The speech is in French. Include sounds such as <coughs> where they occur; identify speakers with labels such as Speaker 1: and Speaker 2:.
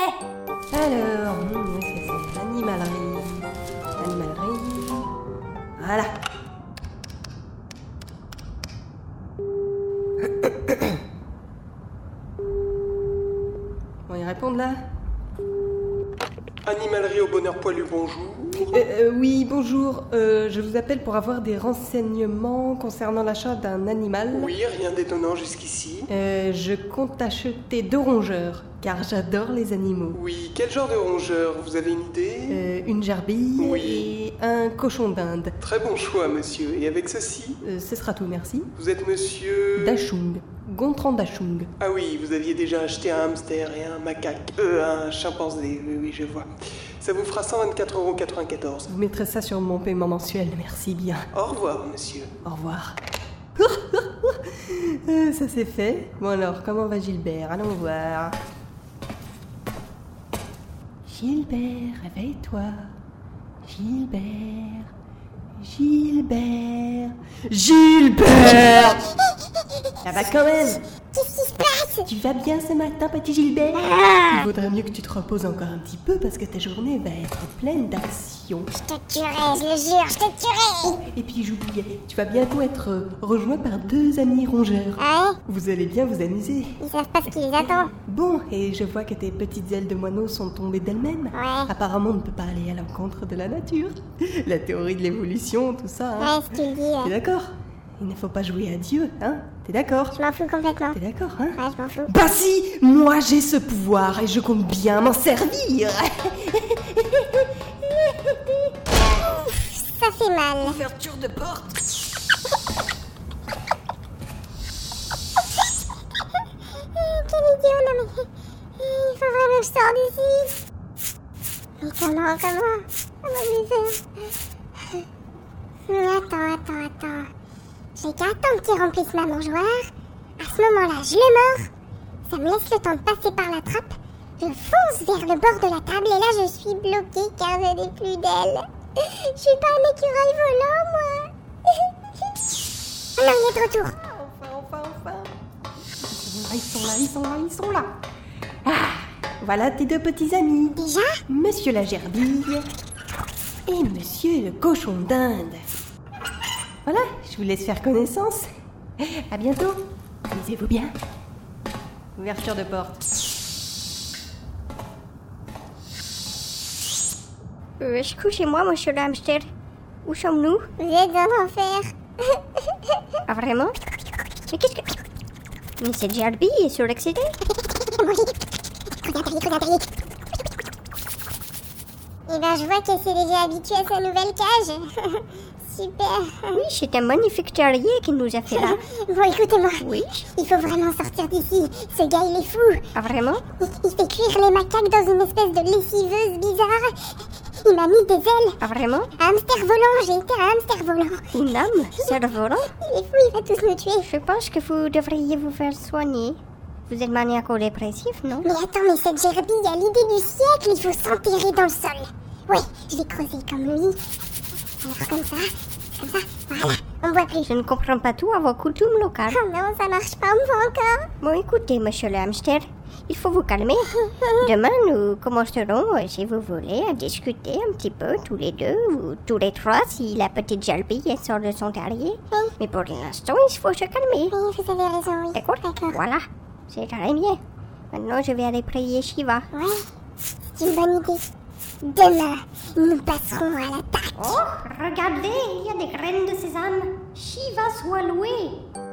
Speaker 1: Alors, hum, où est-ce que c'est Animalerie. Animalerie. Voilà. <coughs> Bon, ils répondent là
Speaker 2: Animalerie au bonheur poilu, bonjour.
Speaker 1: Euh, euh, oui, bonjour. Euh, je vous appelle pour avoir des renseignements concernant l'achat d'un animal.
Speaker 2: Oui, rien d'étonnant jusqu'ici.
Speaker 1: Euh, je compte acheter deux rongeurs, car j'adore les animaux.
Speaker 2: Oui, quel genre de rongeur Vous avez une idée
Speaker 1: Euh, une gerbille
Speaker 2: Oui.
Speaker 1: et un cochon d'Inde.
Speaker 2: Très bon choix, monsieur. Et avec ceci,
Speaker 1: Euh, ce sera tout, merci.
Speaker 2: vous êtes monsieur.
Speaker 1: Dachung, Gontran Dachung.
Speaker 2: Ah oui, vous aviez déjà acheté un hamster et un macaque. Euh, un chimpanzé, oui, oui, je vois. Ça vous fera 124,94€.
Speaker 1: Vous mettrez ça sur mon paiement mensuel, merci bien.
Speaker 2: Au revoir, monsieur.
Speaker 1: Au revoir. <laughs> Euh, ça c'est fait. Bon alors, comment va Gilbert Allons voir. Gilbert, réveille-toi. Gilbert. Gilbert. Gilbert Ça va quand même
Speaker 3: Qu'est-ce qui se passe
Speaker 1: Tu vas bien ce matin, petit Gilbert Il vaudrait mieux que tu te reposes encore un petit peu parce que ta journée va être pleine d'actions.
Speaker 3: Je te tuerai, je le jure, je te tuerai
Speaker 1: Et puis j'oubliais, tu vas bientôt être euh, rejoint par deux amis rongeurs.
Speaker 3: Ah ouais
Speaker 1: Vous allez bien vous amuser.
Speaker 3: Ils savent pas ce qui les attend.
Speaker 1: Bon, et je vois que tes petites ailes de moineau sont tombées d'elles-mêmes.
Speaker 3: Ouais.
Speaker 1: Apparemment, on ne peut pas aller à l'encontre de la nature. <laughs> La théorie de l'évolution, tout ça. hein.
Speaker 3: Ouais, ce qu'ils disent.
Speaker 1: T'es
Speaker 3: euh,
Speaker 1: d'accord Il ne faut pas jouer à Dieu, hein T'es d'accord
Speaker 3: Je m'en fous complètement.
Speaker 1: T'es
Speaker 3: Ouais,
Speaker 1: d'accord, hein
Speaker 3: je m'en fous.
Speaker 1: Bah si Moi j'ai ce pouvoir et je compte bien m'en servir
Speaker 3: Ça fait mal.
Speaker 1: Ouverture de porte
Speaker 3: Euh, Quel idiot, non mais. euh, Il faut vraiment que je sorte d'ici. Mais comment, comment Comment je vais faire Mais attends, attends, attends. J'ai qu'à attendre qu'il remplisse ma mangeoire. À ce moment-là, je le mords. Ça me laisse le temps de passer par la trappe. Je fonce vers le bord de la table et là, je suis bloquée car je n'ai plus d'aile. Je suis pas un écureuil volant, moi. <laughs> Oh non, il est de retour.
Speaker 1: Enfin, enfin, enfin Ah, Ils sont là, ils sont là, ils sont là, ils sont là Ah Voilà tes deux petits amis
Speaker 3: Déjà
Speaker 1: Monsieur la gerbille et Monsieur le cochon d'Inde. Voilà, je vous laisse faire connaissance. À bientôt. Amusez-vous bien. Ouverture de porte.
Speaker 4: Euh, Excusez-moi, monsieur le hamster. Où sommes-nous
Speaker 3: Vous êtes un enfer.
Speaker 4: Ah, vraiment Mais qu'est-ce que. Mais cette gerbille est surexcitée
Speaker 3: Eh ben, je vois qu'elle s'est déjà habituée à sa nouvelle cage. <laughs> Super.
Speaker 4: Oui, c'est un magnifique terrier qui nous a fait là.
Speaker 3: Bon, écoutez-moi.
Speaker 4: Oui
Speaker 3: Il faut vraiment sortir d'ici. Ce gars, il est fou.
Speaker 4: Ah, vraiment
Speaker 3: Il, il fait cuire les macaques dans une espèce de lessiveuse bizarre. Il m'a mis des ailes.
Speaker 4: Ah, vraiment
Speaker 3: Un hamster volant. J'ai été un hamster volant.
Speaker 4: Une âme Cerf-volant
Speaker 3: Il est fou, il va tous nous tuer.
Speaker 4: Je pense que vous devriez vous faire soigner. Vous êtes e maniaco-dépressif, non
Speaker 3: Mais attends, mais cette gerbille a l'idée du siècle, il faut s'enterrer dans le sol. Ouais, je l'ai creusé comme lui. Alors comme ça, comme ça, voilà, on voit plus.
Speaker 4: Je ne comprends pas tout à vos coutumes locales.
Speaker 3: Oh non, ça marche pas, on voit encore.
Speaker 4: Bon, écoutez, monsieur le hamster, il faut vous calmer. Demain, nous commencerons, euh, si vous voulez, à discuter un petit peu, tous les deux, ou tous les trois, si la petite gerbille elle sort de son terrier. Mais pour l'instant, il faut se calmer.
Speaker 3: <laughs> Oui, vous avez raison, oui.
Speaker 4: D'accord Voilà, c'est très bien. Maintenant, je vais aller prier Shiva.
Speaker 3: Ouais, c'est une bonne idée. Demain, nous passerons à l'attaque.
Speaker 4: Oh, regardez, il y a des graines de sésame. Shiva soit loué.